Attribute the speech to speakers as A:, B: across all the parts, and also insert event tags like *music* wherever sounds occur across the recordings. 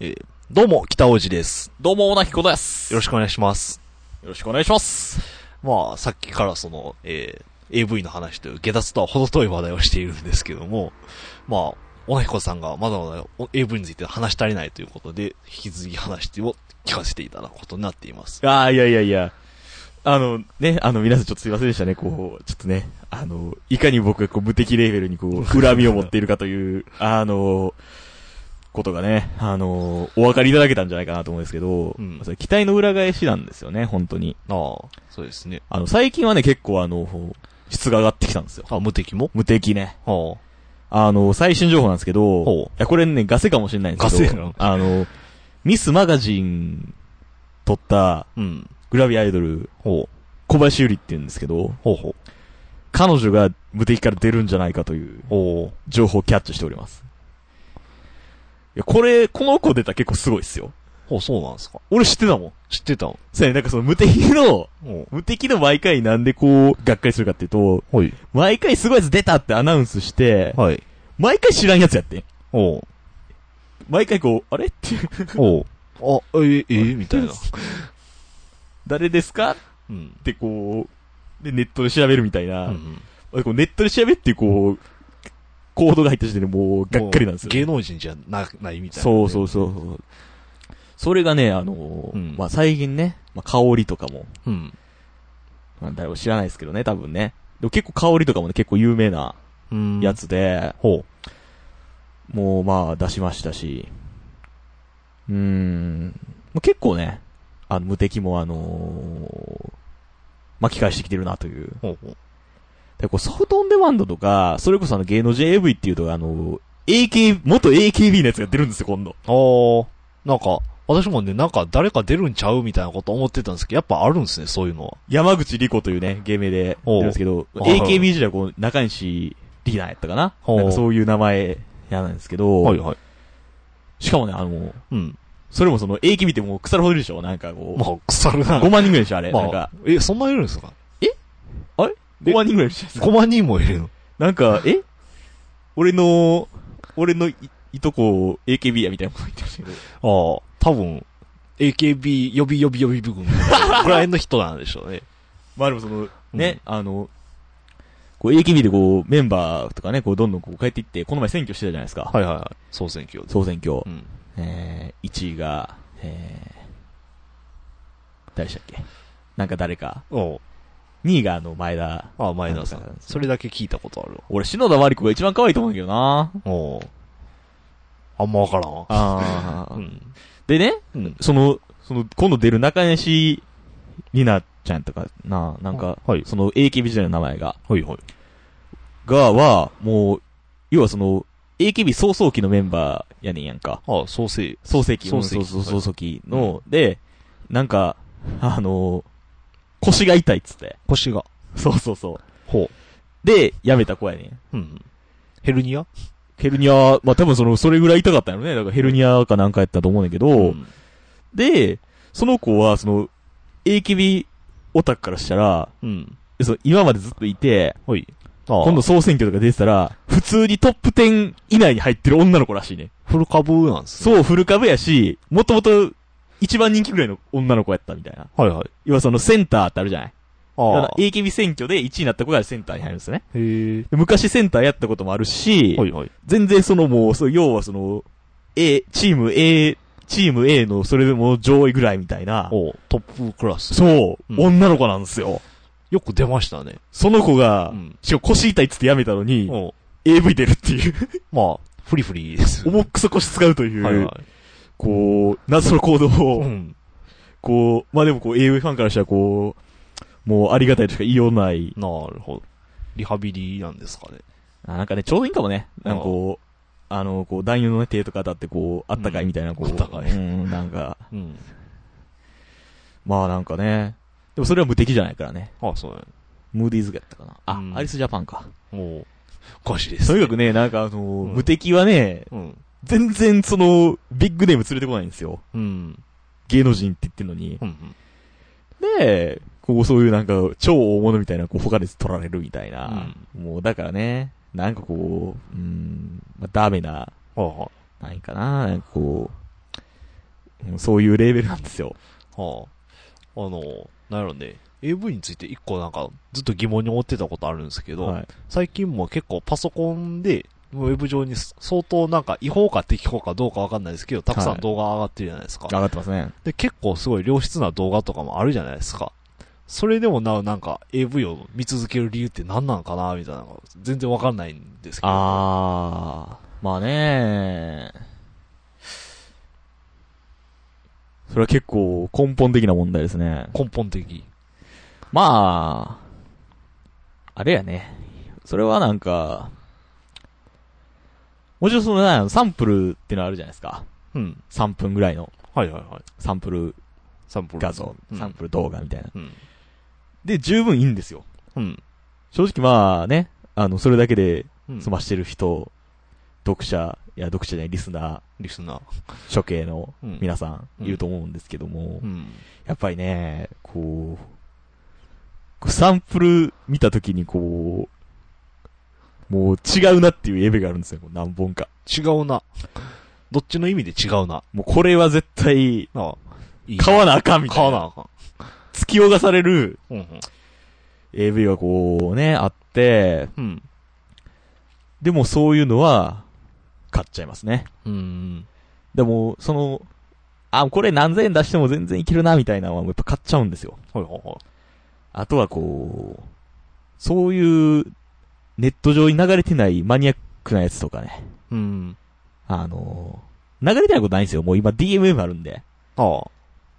A: えーどうも、北王子です。
B: どうも、なきこです。
A: よろしくお願いします。
B: よろしくお願いします。
A: まあ、さっきからその、えー AV の話という下脱とは程遠い話題をしているんですけども、まあ、おなひこさんがまだまだお AV について話し足りないということで、引き続き話を聞かせていただくことになっています。
B: ああ、いやいやいや。
C: あの、ね、あの、皆さんちょっとすいませんでしたね、こう、ちょっとね、あの、いかに僕がこう、無敵レベルに
A: *laughs*
C: こう、恨みを持っているかという、あの、ことがね、あの、お分かりいただけたんじゃないかなと思うんですけど、
A: うん
C: それ期待の裏返しなんですよね、本当に。
A: ああ、そうですね。
C: あの、最近はね、結構あの、質が上がってきたんですよ。
A: あ、無敵も
C: 無敵ね。
A: は
C: あの、最新情報なんですけど、
A: ほう
C: いや、これね、ガセかもしれないんですけど、
A: ガセなの
C: あの、ミスマガジン、撮った、
A: あ、うん。
C: グラビアアイドル、
A: ほう、
C: 小林ゆりって言うんですけど、
A: ほうほう、
C: 彼女が無敵から出るんじゃないかという
A: ほ
C: 情報をキャッチしております。いや、これ、この子出たら結構すごいっすよ。
A: う、ほう、そうなんですか。
C: 俺知ってたもん。
A: 知ってたの
C: そうやね、なんかその無敵の、
A: ほ
C: 無敵の毎回なんでこう、がっかりするかっていうと、
A: う、はい、
C: 毎回すごいやつ出たってアナウンスして、
A: はい、
C: 毎回知らんやつやってん。
A: ほ
C: 毎回こう、あれって *laughs* いう、
A: う、ほう、あ、え、え、みたいな。
C: 誰ですかっ
A: うん。
C: てこう、で、ネットで調べるみたい
A: うん
C: な
A: う、ん。
C: こうネットで調べっていうこう、コードが入った時点でもう、がっかりなんですよ。
A: 芸能人じゃなないみたいな。。
C: そうそううそうそう。それがね、あのー
A: うん
C: まあ、最近ね、まあ、香りとかも、
A: うん。
C: まあ、誰も知らないですけどね、多分ね。でも結構香りとかもね、結構有名な
A: うん
C: や。つで、
A: ほ
C: もうまあ、出しましたし、うーん、まあ、結構ね、あの、無敵もあのー巻き返してきてるなという。
A: う。ほうほう。
C: で、こう、ソフトオンデマンドとか、それこそあの、芸能 JAV っていうと、あのー、AK、元 AKB のやつが出るんですよ、今度。
A: あー、なんか、私もね、なんか誰か出るんちゃうみたいなこと思ってたんですけど、やっぱあるんですね、そういうのは。
C: 山口莉子というね、芸名で、
A: おう
C: いるんですけど、
A: はい
C: AKB 時代はこう、中西リーナーやったかな
A: おう
C: なんかそういう名前やなんですけど、
A: はい。
C: しかもね、あの、
A: うん。
C: それもその AKB ってもう腐るほどいるでしょなんかこう、
A: まあ、腐るな。
C: 5万人ぐらいでしょあれ、
A: ま
C: なん
A: あ
C: か、、
A: え、そんないるんですかえ
C: 5万人ぐらいいるじゃないですか。
A: ?5 万人もいるの。
C: なんか、え俺の、俺のいいとこ AKB やみたいなこと言ってましたけど、
A: ああ、多分、AKB 予備予備予備部 *laughs* 軍ぐらいの人なんでしょうね。
C: まあでもその、ね、あの、こう AKB でこう、メンバーとかね、こうどんどんこう変えていって、この前選挙してたじゃないですか。
A: はいはいはい。総選挙で。
C: 総選挙。
A: うん。
C: えー、1位が、えー、誰でしたっけなんか誰か。
A: おう
C: 2位があの、前田。
A: ああ、前田さ
C: なん
A: ん
C: か。
A: それだけ聞いたことあるわ。
C: 俺、篠田麻里子が一番可愛いと思うんだけどな
A: おうあんまわからんわ。
C: あ *laughs* ー
A: うん。
C: でね、
A: うん。
C: その、その、今度出る中西里奈ちゃんとかな、なんか、
A: はい
C: その AKB 時代の名前が、
A: はいはい。
C: がは、もう、要はその、AKB 早々期のメンバーやねんやんか。
A: ああ、創生。
C: 創世記、
A: 創
C: 創
A: 世
C: 世
A: 記
C: 記、そうそう創世記の、で、なんか、あのー腰が痛いっつって。
A: 腰が。
C: そうそうそう。
A: ほ
C: で、やめた子やねん。
A: う。うん。ヘルニア
C: ヘルニア、まあ、多分その、それぐらい痛かったんやろね。だからヘルニアかなんかやったと思うねんだけど、
A: ん
C: で、その子は、その、AKB オタクからしたら、
A: うん。
C: その、今までずっといて、
A: はい。ああ
C: 今度総選挙とか出てたら、普通にトップ10以内に入ってる女の子らしいね。
A: フル株なんですね。
C: そう、フル株やし、もともと、一番人気ぐらいの女の子やったみたいな。
A: はいはい。
C: 要はそのセンターってあるじゃないだか
A: あ
C: ら AKB 選挙で1位になった子がセンターに入るんですよね。
A: へえ。
C: で昔センターやったこともあるし、
A: はいはい。
C: 全然そのもう、そう要はその、A、チーム A、チーム A のそれでも上位ぐらいみたいな、
A: おうトップクラス。
C: そう、
A: うん
C: 女の子なんですよ。
A: よく出ましたね。
C: その子が、
A: ん。
C: しかも腰痛いっつってやめたのに、
A: おう
C: AV 出るっていう、
A: まあ、フリフリです。
C: 重くそ腰使うという、
A: はいは
C: こう、謎の行動
A: い。
C: を、
A: うん。
C: こう、まあでもこう AV ファンからしたらこう、もうありがたいとしか言いようない。
A: なるほど。リハビリなんですかね。
C: あなんかね、ちょうどいいかもね。なんかこう、あの、こう、男優のね、手とかだってこう、あったかいみたいな、こう、
A: うんあったかい
C: うん、なんか、
A: うん。
C: まあなんかね。でもそれは無敵じゃないからね。
A: ああ、そうだね。
C: ムーディーズがやったかな。あ、
A: うん
C: アリスジャパンか。
A: おうおかしいです。
C: とにかくね、なんかあのー
A: ん
C: 無敵はね、
A: うん。
C: 全然その、ビッグネーム連れてこないんですよ。
A: うん。
C: 芸能人って言ってるのに
A: う。ん。
C: で、ここそういうなんか、超大物みたいな、こう、他で取られるみたいな。もうだからね、なんかこう、うーん、まあ、ダメな、
A: ああ。
C: なんかな、なんかこう、うんそういうレーベルなんですよ。
A: はあ、あの、なんやろね、AV について一個なんかずっと疑問に思ってたことあるんですけど、
C: はい。
A: 最近も結構パソコンで、ウェブ上に相当なんか違法か適法かどうかわかんないですけど、たくさ
C: は
A: ん
C: い
A: 動画上がってるじゃないですか。
C: 上がってますね。
A: で、結構すごい良質な動画とかもあるじゃないですか。それでもなおなんか AV を見続ける理由って何なんかなみたいなのが全然わかんないんですけど。
C: あー、まあねそれは結構根本的な問題ですね。
A: 根本的。
C: まあ、あれやね。それはなんか、もちろんそのな、サンプルってのあるじゃないですか。
A: うん。
C: 3分ぐらいの
A: はいはいはい。
C: サンプル
A: サンプル。
C: 画像、
A: うん
C: サンプル動画みたいな。
A: うん。
C: で、十分いいんですよ。
A: うん。
C: 正直まあね、あの、それだけで
A: うん。
C: 済ましてる人、読者、いや、読者じゃない、リスナ
A: リスナー。
C: ー、処刑の
A: うん。
C: 皆さ
A: うんん
C: いると思うんですけども、
A: うん。
C: やっぱりね、こう、こうサンプル見たときにこう、もう違うなっていうエベがあるんですよ、もう何本か。
A: 違うな。どっちの意味で違うな。
C: もうこれは絶対、
A: なあ。いい
C: 買わなあかんみ
A: 買
C: た
A: わ
C: い
A: な
C: な。
A: あかん。
C: 突き動かされる
A: うんうん。
C: AV がこうね、あって、
A: うん。
C: でもそういうのは、買っちゃいますね。
A: うん。
C: でも、その、あ、これ何千円出しても全然いけるな、みたいなのはやっぱ買っちゃうんですよ。
A: はいはいはい。
C: あとはこう、そういうネット上に流れてないマニアックなやつとかね。
A: うん。
C: あのー流れてないことないんですよ。もう今 DMM あるんで。
A: ああ。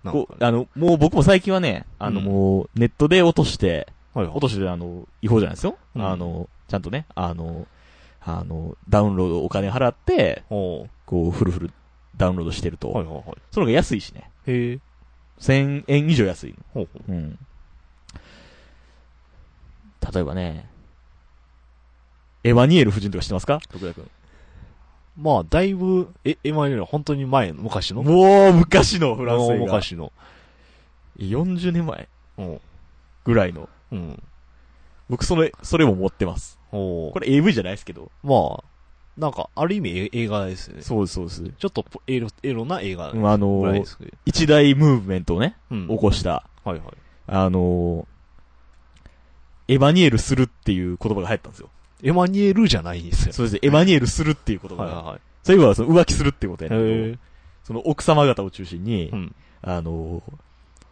A: なんか
C: こう、あの、もう僕も最近はね、あの
A: うん
C: もうネットで落として、
A: はいはい
C: 落。としてあの、違法じゃないですよ。
A: うん
C: あの、ちゃんとね、あの、あの、ダウンロードお金払って、
A: おう
C: こう、フルフルダウンロードしてると。
A: はいはいはい。
C: その方が安いしね。
A: へえ。
C: 1000円以上安いの。
A: ほうほう。
C: うん。例えばね、エヴァニエル夫人とか知ってますか徳田君。
A: まあ、だいぶ、え、エマニュエルは本当に前の、昔の
C: もう昔のフランス
A: も
C: 映
A: う
C: 画。
A: 昔の。
C: 40年前
A: うん。
C: ぐらいの。
A: うん。
C: 僕それ、それも持ってます。
A: おう
C: これ AV じゃないですけど。
A: まあ、なんか、ある意味え映画ですよね。
C: そうです、そうです。
A: ちょっとポエロ、エロな映画
C: うんあの
A: ぐらい
C: ー
A: ですけど。
C: 一大ムーブメントをね、
A: うん。
C: 起こした、
A: はいはい。
C: あのーエヴァニエルするっていう言葉が流行ったんですよ。
A: エマニュエルじゃないんですよ。
C: そうです、エヴァニエルするっていう言葉
A: はい
C: が。
A: は
C: そういえばその浮気するってことや
A: いはい。へ
C: ね
A: え。
C: その奥様方を中心に、
A: うん。
C: あの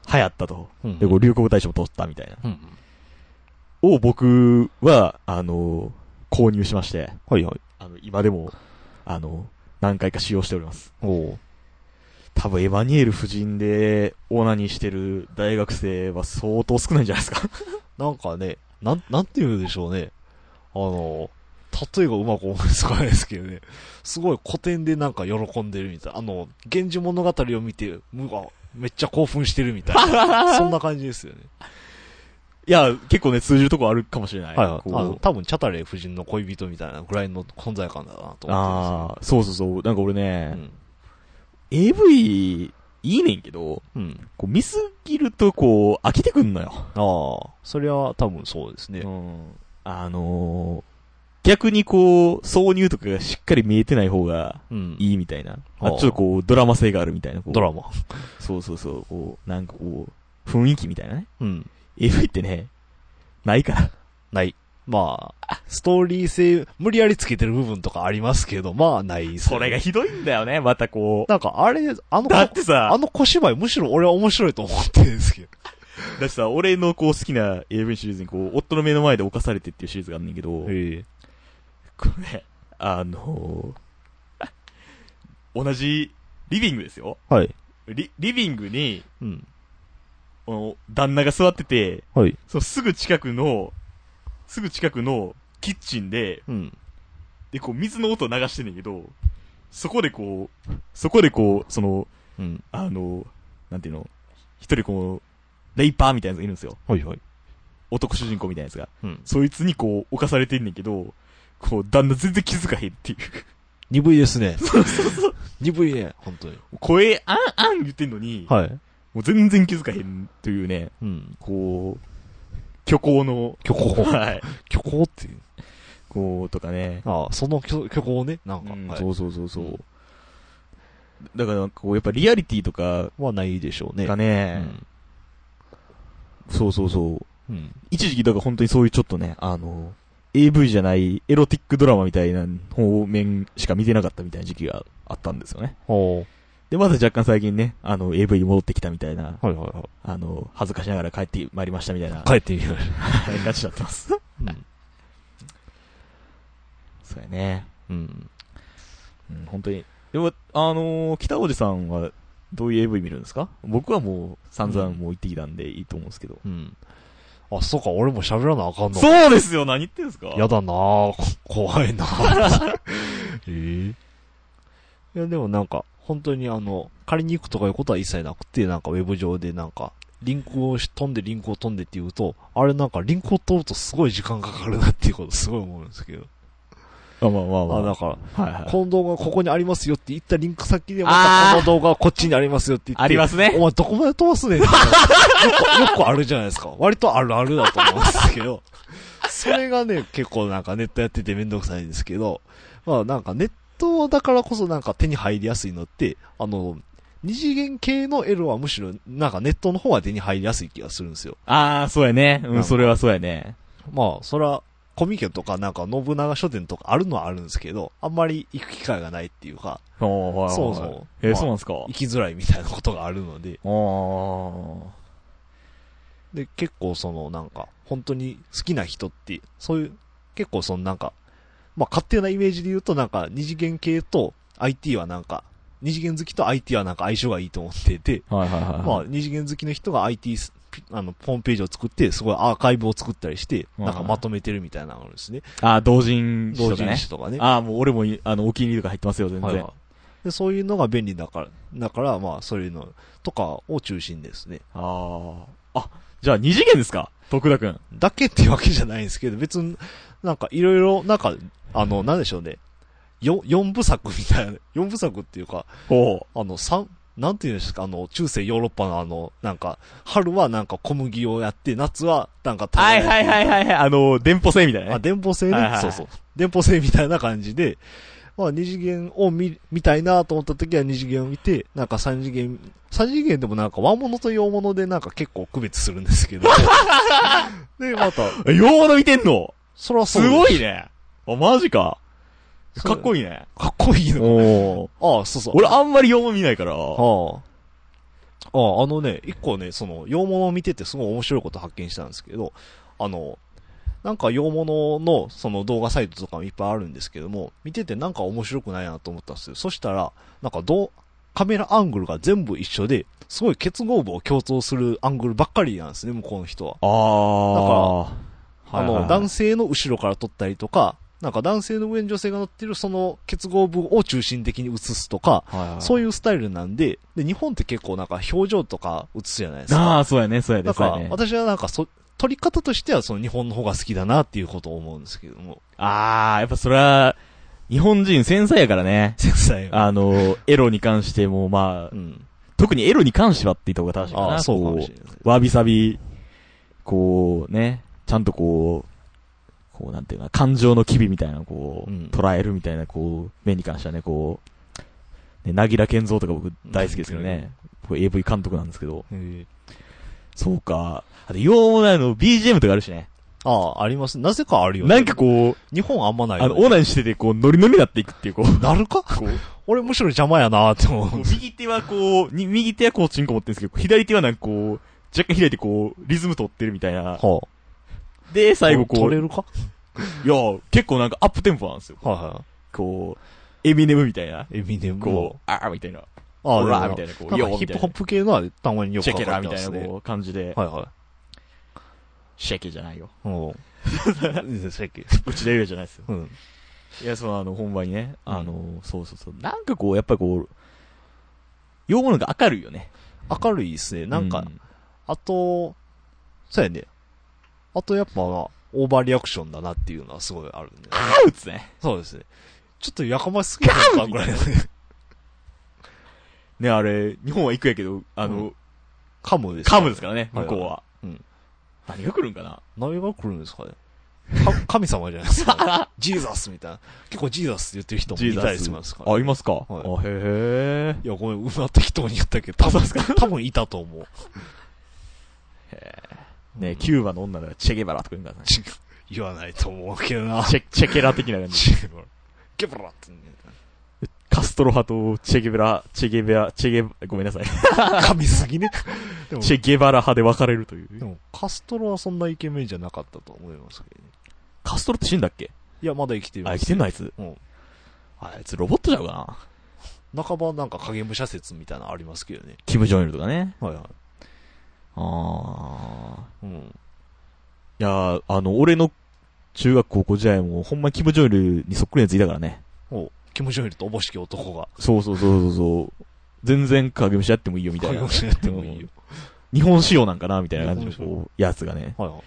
C: ー流行ったと。
A: うん。
C: で、こう、流行語大賞も取ったみたいな。
A: うん。
C: を僕は、あの、購入しまして、
A: はいはい。
C: あの、今でも、あの、何回か使用しております。
A: おう
C: 多分、エマニュエル夫人でオーナニーしてる大学生は相当少ないんじゃないですか。 *laughs*
A: なんかね、なん、なんて言うんでしょうね。あの、例えがうまく思いつかないですけどね。すごい古典でなんか喜んでるみたいな。あの、源氏物語を見て、むわめっちゃ興奮してるみたい *laughs* な。そんな感じですよね。
C: いや、結構ね、通じるとこあるかもしれない。
A: はいはい。
C: こう
A: あの、多分、チャタレ夫人の恋人みたいなぐらいの存在感だなと思っ
C: あーそうそうそう。なんか俺
A: てる
C: ね、
A: んですよ。
C: AV、いいねんけど、
A: うん。うん。
C: こう見すぎると、こう、飽きてくんのよ。
A: ああ、それは多分そうですね。
C: うん。あのー逆にこう、挿入とかがしっかり見えてない方が
A: うん。
C: いいみたいな。あ
A: はあ
C: ちょっとこう、ドラマ性があるみたいな。こう
A: ドラマ。
C: そうそうそう。こう、なんかこう、雰囲気みたいなね。
A: うん。
C: AV ってね、ないから。
A: ない。まあ、ストーリー性、無理やりつけてる部分とかありますけど、まあ、ないです
C: そ
A: よね
C: れがひどいんだよね、またこう。
A: なんか、あれ、あの、
C: だって
A: あ
C: さ、
A: の小芝居、むしろ俺は面白いと思ってるんですけど。
C: だってさ、俺のこう好きな AV シリーズにこう、夫の目の前で犯されてっていうシリーズがあんねんけど、
A: え
C: これ、あのー同じリビングですよ。
A: はい。
C: リ、リビングに、
A: うん。
C: この旦那が座ってて、
A: はい。
C: そのすぐ近くの、すぐ近くのキッチンで、
A: うん。
C: で、こう水の音を流してんねんけど、そこでこう、そこでこう、その、
A: うん。
C: あの、なんていうの、一人こう、レイパーみたいなやつがいるんですよ。
A: はいはい。
C: 男主人公みたいなやつが。
A: うん。
C: そいつにこう、犯されてんねんけど、こう、旦那全然気づかへんっていう。
A: 鈍いですね。そうそうそう。鈍いね、本当に。
C: 声、あん、あん言ってんのに、
A: はい。
C: もう全然気づかへんというね、
A: うん。
C: こう、虚構の、
A: 虚構。
C: はい。
A: 虚構っていう。
C: こう、とかね。
A: ああ、その虚虚構ね、なんか。
C: うん
A: はい
C: そうそうそうそう。だから、こう、やっぱリアリティとか
A: はないでしょうね。
C: が
A: う
C: ね、
A: ん。
C: そうそうそう。
A: うん。
C: 一時期、だから本当にそういうちょっとね、あの、AV じゃない、エロティックドラマみたいな方面しか見てなかったみたいな時期があったんですよね。
A: お
C: で、まだ若干最近ね、あの、AV に戻ってきたみたいな、
A: はいはいは
C: あの、恥ずかしながら帰ってまいりましたみたいな、
A: い。帰ってみまし
C: はい感じになってます。
A: た。うん。
C: *laughs* そうやね。
A: うん。
C: うん、本当に。でも、あのー北おじさんは、どういう AV 見るんですか僕はもう、散々もう行ってきたんでいいと思うんですけど。
A: うん。あ、そうか、俺も喋らなあかんのか。
C: そうですよ何言ってんすか
A: やだなあこ怖
C: *laughs*
A: いなあええいや、でもなんか、本当にあの、借りに行くとかいうことは一切なくて、なんかウェブ上でなんか、リンクをし飛んでリンクを飛んでって言うと、あれなんかリンクを取るとすごい時間かかるなっていうことすごい思うんですけど。
C: あ、まあまあ
A: あ、
C: ま
A: だから、
C: あ。はいはい。
A: この動画ここにありますよって言ったリンク先でまたこの動画はこっちにありますよって言って。
C: ありますね
A: お。前どこまで飛ばすねんよく、よくあるじゃないですか。割とあるあるだと思うんですけど。それがね、結構なんかネットやっててめんどくさいんですけど、まあなんかネットだからこそなんか手に入りやすいのって、あの、二次元系のエロはむしろなんかネットの方は手に入りやすい気がするんですよ。
C: ああ、そうやね。
A: な
C: うんん、
A: か
C: それはそうやね。
A: まあ、そら、コミケとかなんか信長書店とかあるのはあるんですけど、あんまり行く機会がないっていうか、
C: おーはいはいはい
A: そうそう。
C: えー
A: まあ
C: そうなんですか
A: 行きづらいみたいなことがあるので、
C: あ
A: で、結構そのなんか、本当に好きな人って、そういう、結構そのなんか、まあ勝手なイメージで言うとなんか、二次元系と IT はなんか、二次元好きと IT はなんか相性がいいと思っていて、
C: あ。はいはいはい。
A: まあ二次元好きの人が IT す、あの、ホームページを作って、すごいアーカイブを作ったりして、
C: うん
A: なんかまとめてるみたいなのがあるんですね。
C: ああ、同人誌
A: 同
C: とか
A: 人
C: ね。
A: 誌とかね。
C: ああ、もう俺もい、あの、お気に入りとか入ってますよ、全然。
A: はいはいでそういうのが便利だから、だからまあそういうのとかを中心ですね。
C: ああ。あ、じゃあ二次元ですか徳田くん。
A: だけってわけじゃないんですけど、別に、なんかいろいろ、なんか、あの、なんでしょうね。よ、四部作みたいな、四部作っていうか、
C: ほ
A: あの、三、なんていうんですか、あの、中世ヨーロッパのあの、なんか、春はなんか小麦をやって、夏はなんか
C: う。はいはい
A: い。
C: はいはいはい。あの、電波制みたいな
A: あ、
C: ね。
A: 電報制ね、
C: はいはいはい
A: そうそう。電報制みたいな感じで、まあ、二次元を見、見たいなと思った時は二次元を見て、なんか三次元、三次元でもなんか和物と洋物でなんか結構区別するんです
C: *laughs*
A: けど。で、また、
C: え洋物見てんの
A: そらそ
C: す
A: うです
C: ごいね。あ、マジか。
A: そう
C: かっこいいね。
A: かっこいいの。
C: おー
A: ああ、そうそう。
C: 俺あんまり洋物見ないから。は
A: はあ。ああ、あのね、一個ね、その、洋物を見ててすごい面白いこと発見したんですけど、あの、なんか洋物の、その動画サイトとかもいっぱいあるんですけども、見ててなんか面白くないなと思ったんですよ。そしたら、なんかどう、カメラアングルが全部一緒で、すごい結合部を強調するアングルばっかりなんですね、向こうの人は。あ
C: ああ。はいはいは
A: の、
C: い
A: 男性の後ろから撮ったりとか、なんか男性の上に女性が乗ってるその結合部を中心的に映すとか、
C: はいはい
A: そういうスタイルなんで、で、日本って結構なんか表情とか映すじゃないですか。
C: ああ、そうやね、そうや
A: だ
C: ね、そう
A: から、
C: やね。
A: 私はなんかそ、撮り方としてはその日本の方が好きだなっていうことを思うんですけども、
C: ああ、やっぱそれは、日本人繊細やからね。
A: 繊細は。
C: *laughs* あの、エロに関しても、まあ
A: う、ん。
C: 特にエロに関してはって言った方が正しいかな。
A: ああ、そうか
C: こ
A: もしれない。
C: わびさび、こうね、ちゃんとこう、こうなんていうか、感情の機微みたいなのをこう、
A: うん
C: 捉えるみたいな、こう、面に関してはね、こう、ね、なぎら健三とか僕大好きですけどね。僕 AV 監督なんですけど。
A: へえ
C: そうか。あと、ようもないの BGM とかあるしね。
A: ああ、あります。なぜかあるよね。
C: なんかこう、
A: 日本あんまない
C: あ
A: よ、
C: の、
A: ね。
C: オナにしてて、こう、ノリノリになっていくっていう、こう、
A: なるか
C: こう、
A: 俺むしろ邪魔やなって思
C: こ
A: う
C: う。右手はこう、に右手はこう、チンコ持ってるんですけど、左手はなんかこう、若干開いてこう、リズム取ってるみたいな。
A: はあ、
C: で、最後こ
A: 撮
C: う、
A: れ
C: い
A: るか
C: や、結構なんかアップテンポなんですよ。
A: はいは
C: こう、エミネムみたいな。
A: い。エミネム。
C: こう、あーみたいな。
A: う、ああ、
C: ほらーみ
A: で
C: たいな、こ
A: も
C: う、
A: な
C: よ
A: んか
C: ー
A: ヒ
C: み
A: ップ
C: たい
A: ホッ
C: な。
A: プ系のはたまによく
C: チ
A: わ
C: ェ
A: か
C: ケラー
A: り
C: み
A: ま
C: たい
A: す
C: な、
A: ね。
C: こう、感じで。
A: はいは
C: シェケじゃないよ。
A: い。
C: *laughs*
A: うん。さっき。
C: うちで言うじゃないですよ。
A: うん。
C: *laughs* いや、その、あの、本番にね。あの、そうそうそう。なんかこう、やっぱりこう、用語なんか明るいよね。
A: 明るいですね。なんか、あと、そうやね。あとやっぱ、オーバーリアクションだなっていうのはすごいあるね。
C: アウツね。
A: そうですね。ちょっとやかましすぎないかぐらいのね。
C: ね、あれ、日本は行くやけど、あ
A: う
C: の、
A: カムです。
C: カムですからね、
A: はい
C: 向
A: はい
C: こうは。
A: うん。
C: 何が来るんかな
A: 何が来るんですかね。か神様じゃないですか。ジーザスみたいな。結構ジーザスって言ってる人もいたりしますから。
C: あ、いますか、
A: はい
C: あ、へ
A: いや、ごめん、今適当に言ったけど、多分、 *laughs* 多分いたと思う。
C: え。ねキューバの女ならチェゲバラとか言うんだね。
A: ち言わないと思うけど
C: *laughs*
A: な。
C: チェ、チェケラ的な感じ。
A: チームゲブラって、ね、
C: カストロ派とチェゲベラ、チェゲベラ、チェゲ、ごめんなさい。
A: 噛みすぎね。でも
C: チェゲバラ派で分かれるとい
A: で
C: う。
A: もカストロはそんなイケメンじゃなかったと思いますけどね。
C: カストロって死んだっけ
A: いや、まだ生きてる
C: あ、生きてんのあいつ。
A: うん。
C: あいつロボットじゃうかな。
A: 半ばなんか影武者説みたいなのありますけどね。
C: キム・ジョンイルとかね。
A: はいはい。
C: あ
A: うん。
C: ー。いやー、あの、俺の中学高校時代も、ほんまキム・ジョンイルにそっくりなやついたからね。
A: お気持ち悪いとおぼしき男が。
C: そうそうそうそうそう。全然影虫やってもいいよみたい
A: 影
C: な
A: 武。者やってもいいよ。
C: 日本仕様なんかなみたいな感じの
A: 日本仕様
C: こうやつがね。
A: はいはい。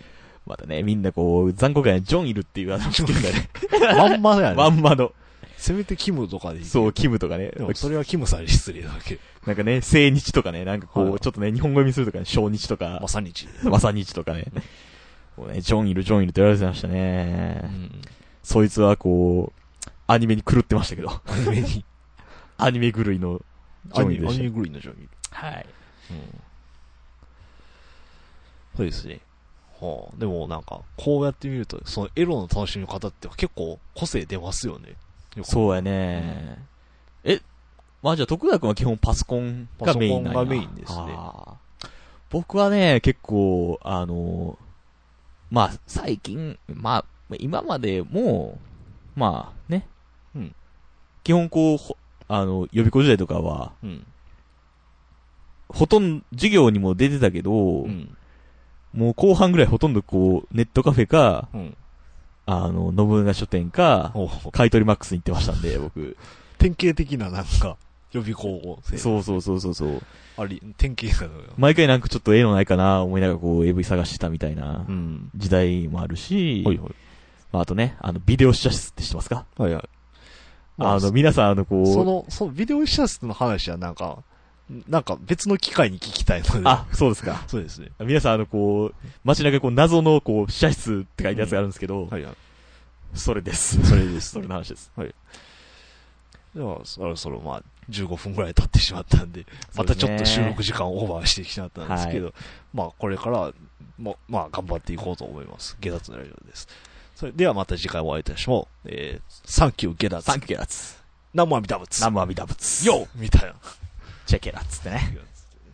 C: またね、みんなこう、残酷やね、ジョンいるっていうあの人がね、
A: *laughs* まんまだよ
C: ま
A: ね。
C: んまの。
A: せめてキムとかでいい。
C: そう、キムとかね。
A: でもそれはキムさんに失礼だけ。
C: なんかね、正日とかね、なんかこ、
A: はいう
C: ちょっとね、日本語読みするとかね、小日とか
A: ま、さにち。
C: まさ日とかね。こうね、ジョンいる、ジョンいるって言われてました
A: う
C: ね。
A: ん。
C: そいつはこう、アニメに狂ってましたけど。
A: アニメに。
C: *laughs* アニメ狂いのジ
A: ア
C: ョン
A: ニ
C: イル
A: メ、
C: で
A: ア
C: し
A: ニ
C: た。
A: メグリーンのジョニー。
C: はい。
A: そうですね。はあ、でもなんか、こうやってみると、そのエロの楽しみ方って結構個性出ますよね。う。
C: そうやね。え、まあじゃあ徳田君は基本パソコンがメインなんや
A: パソコンがメインですね
C: あー僕はね、結構、あの、まあ最近、まあ今までも、まあね、
A: うん
C: 基本こう、ほあの、予備校時代とかは、
A: うん。
C: ほとんど、授業にも出てたけど、
A: うん。
C: もう後半ぐらいほとんどこう、ネットカフェか、
A: うん。
C: あの、信長書店か、
A: おう
C: 買い取りマックスに行ってましたんで、僕。
A: 典型的ななんか、予備校生。
C: そうそうそうそうそう。
A: あり、典型だよ。
C: 毎回なんかちょっと絵のないかな思いながらこう AV 探してたみたいな
A: うん。
C: 時代もあるし、
A: はいはい。
C: まあ、あとね、あの、ビデオ試写室って知ってますか、
A: はいはい。
C: あ、の、皆さんあのこう、
A: その、そのビデオシャスの話はなんか、なんか別の機会に聞きたいので。
C: あ、そうですか。
A: そうですね。
C: 皆さんあのこう、街中にこう謎のこう、試写室って書いたやつがあるんですけど、
A: はいはい。
C: それです。
A: それです
C: それの話です。
A: では、そろそろまあ、15分ぐらい経ってしまったんで、またちょっと収録時間をオーバーしてきちまったんですけど、まあ、これからも、まあ、頑張っていこうと思います。下脱のラジオです。それではまた次回お会いいたしましょう。えー、サンキュー下
C: サン
A: 脱。
C: キュケラツ。
A: ナムアミダブツ
C: ナ。ムアミダブツ。
A: 啊ヨーみたいな。
C: チェケラツってね。
A: やつ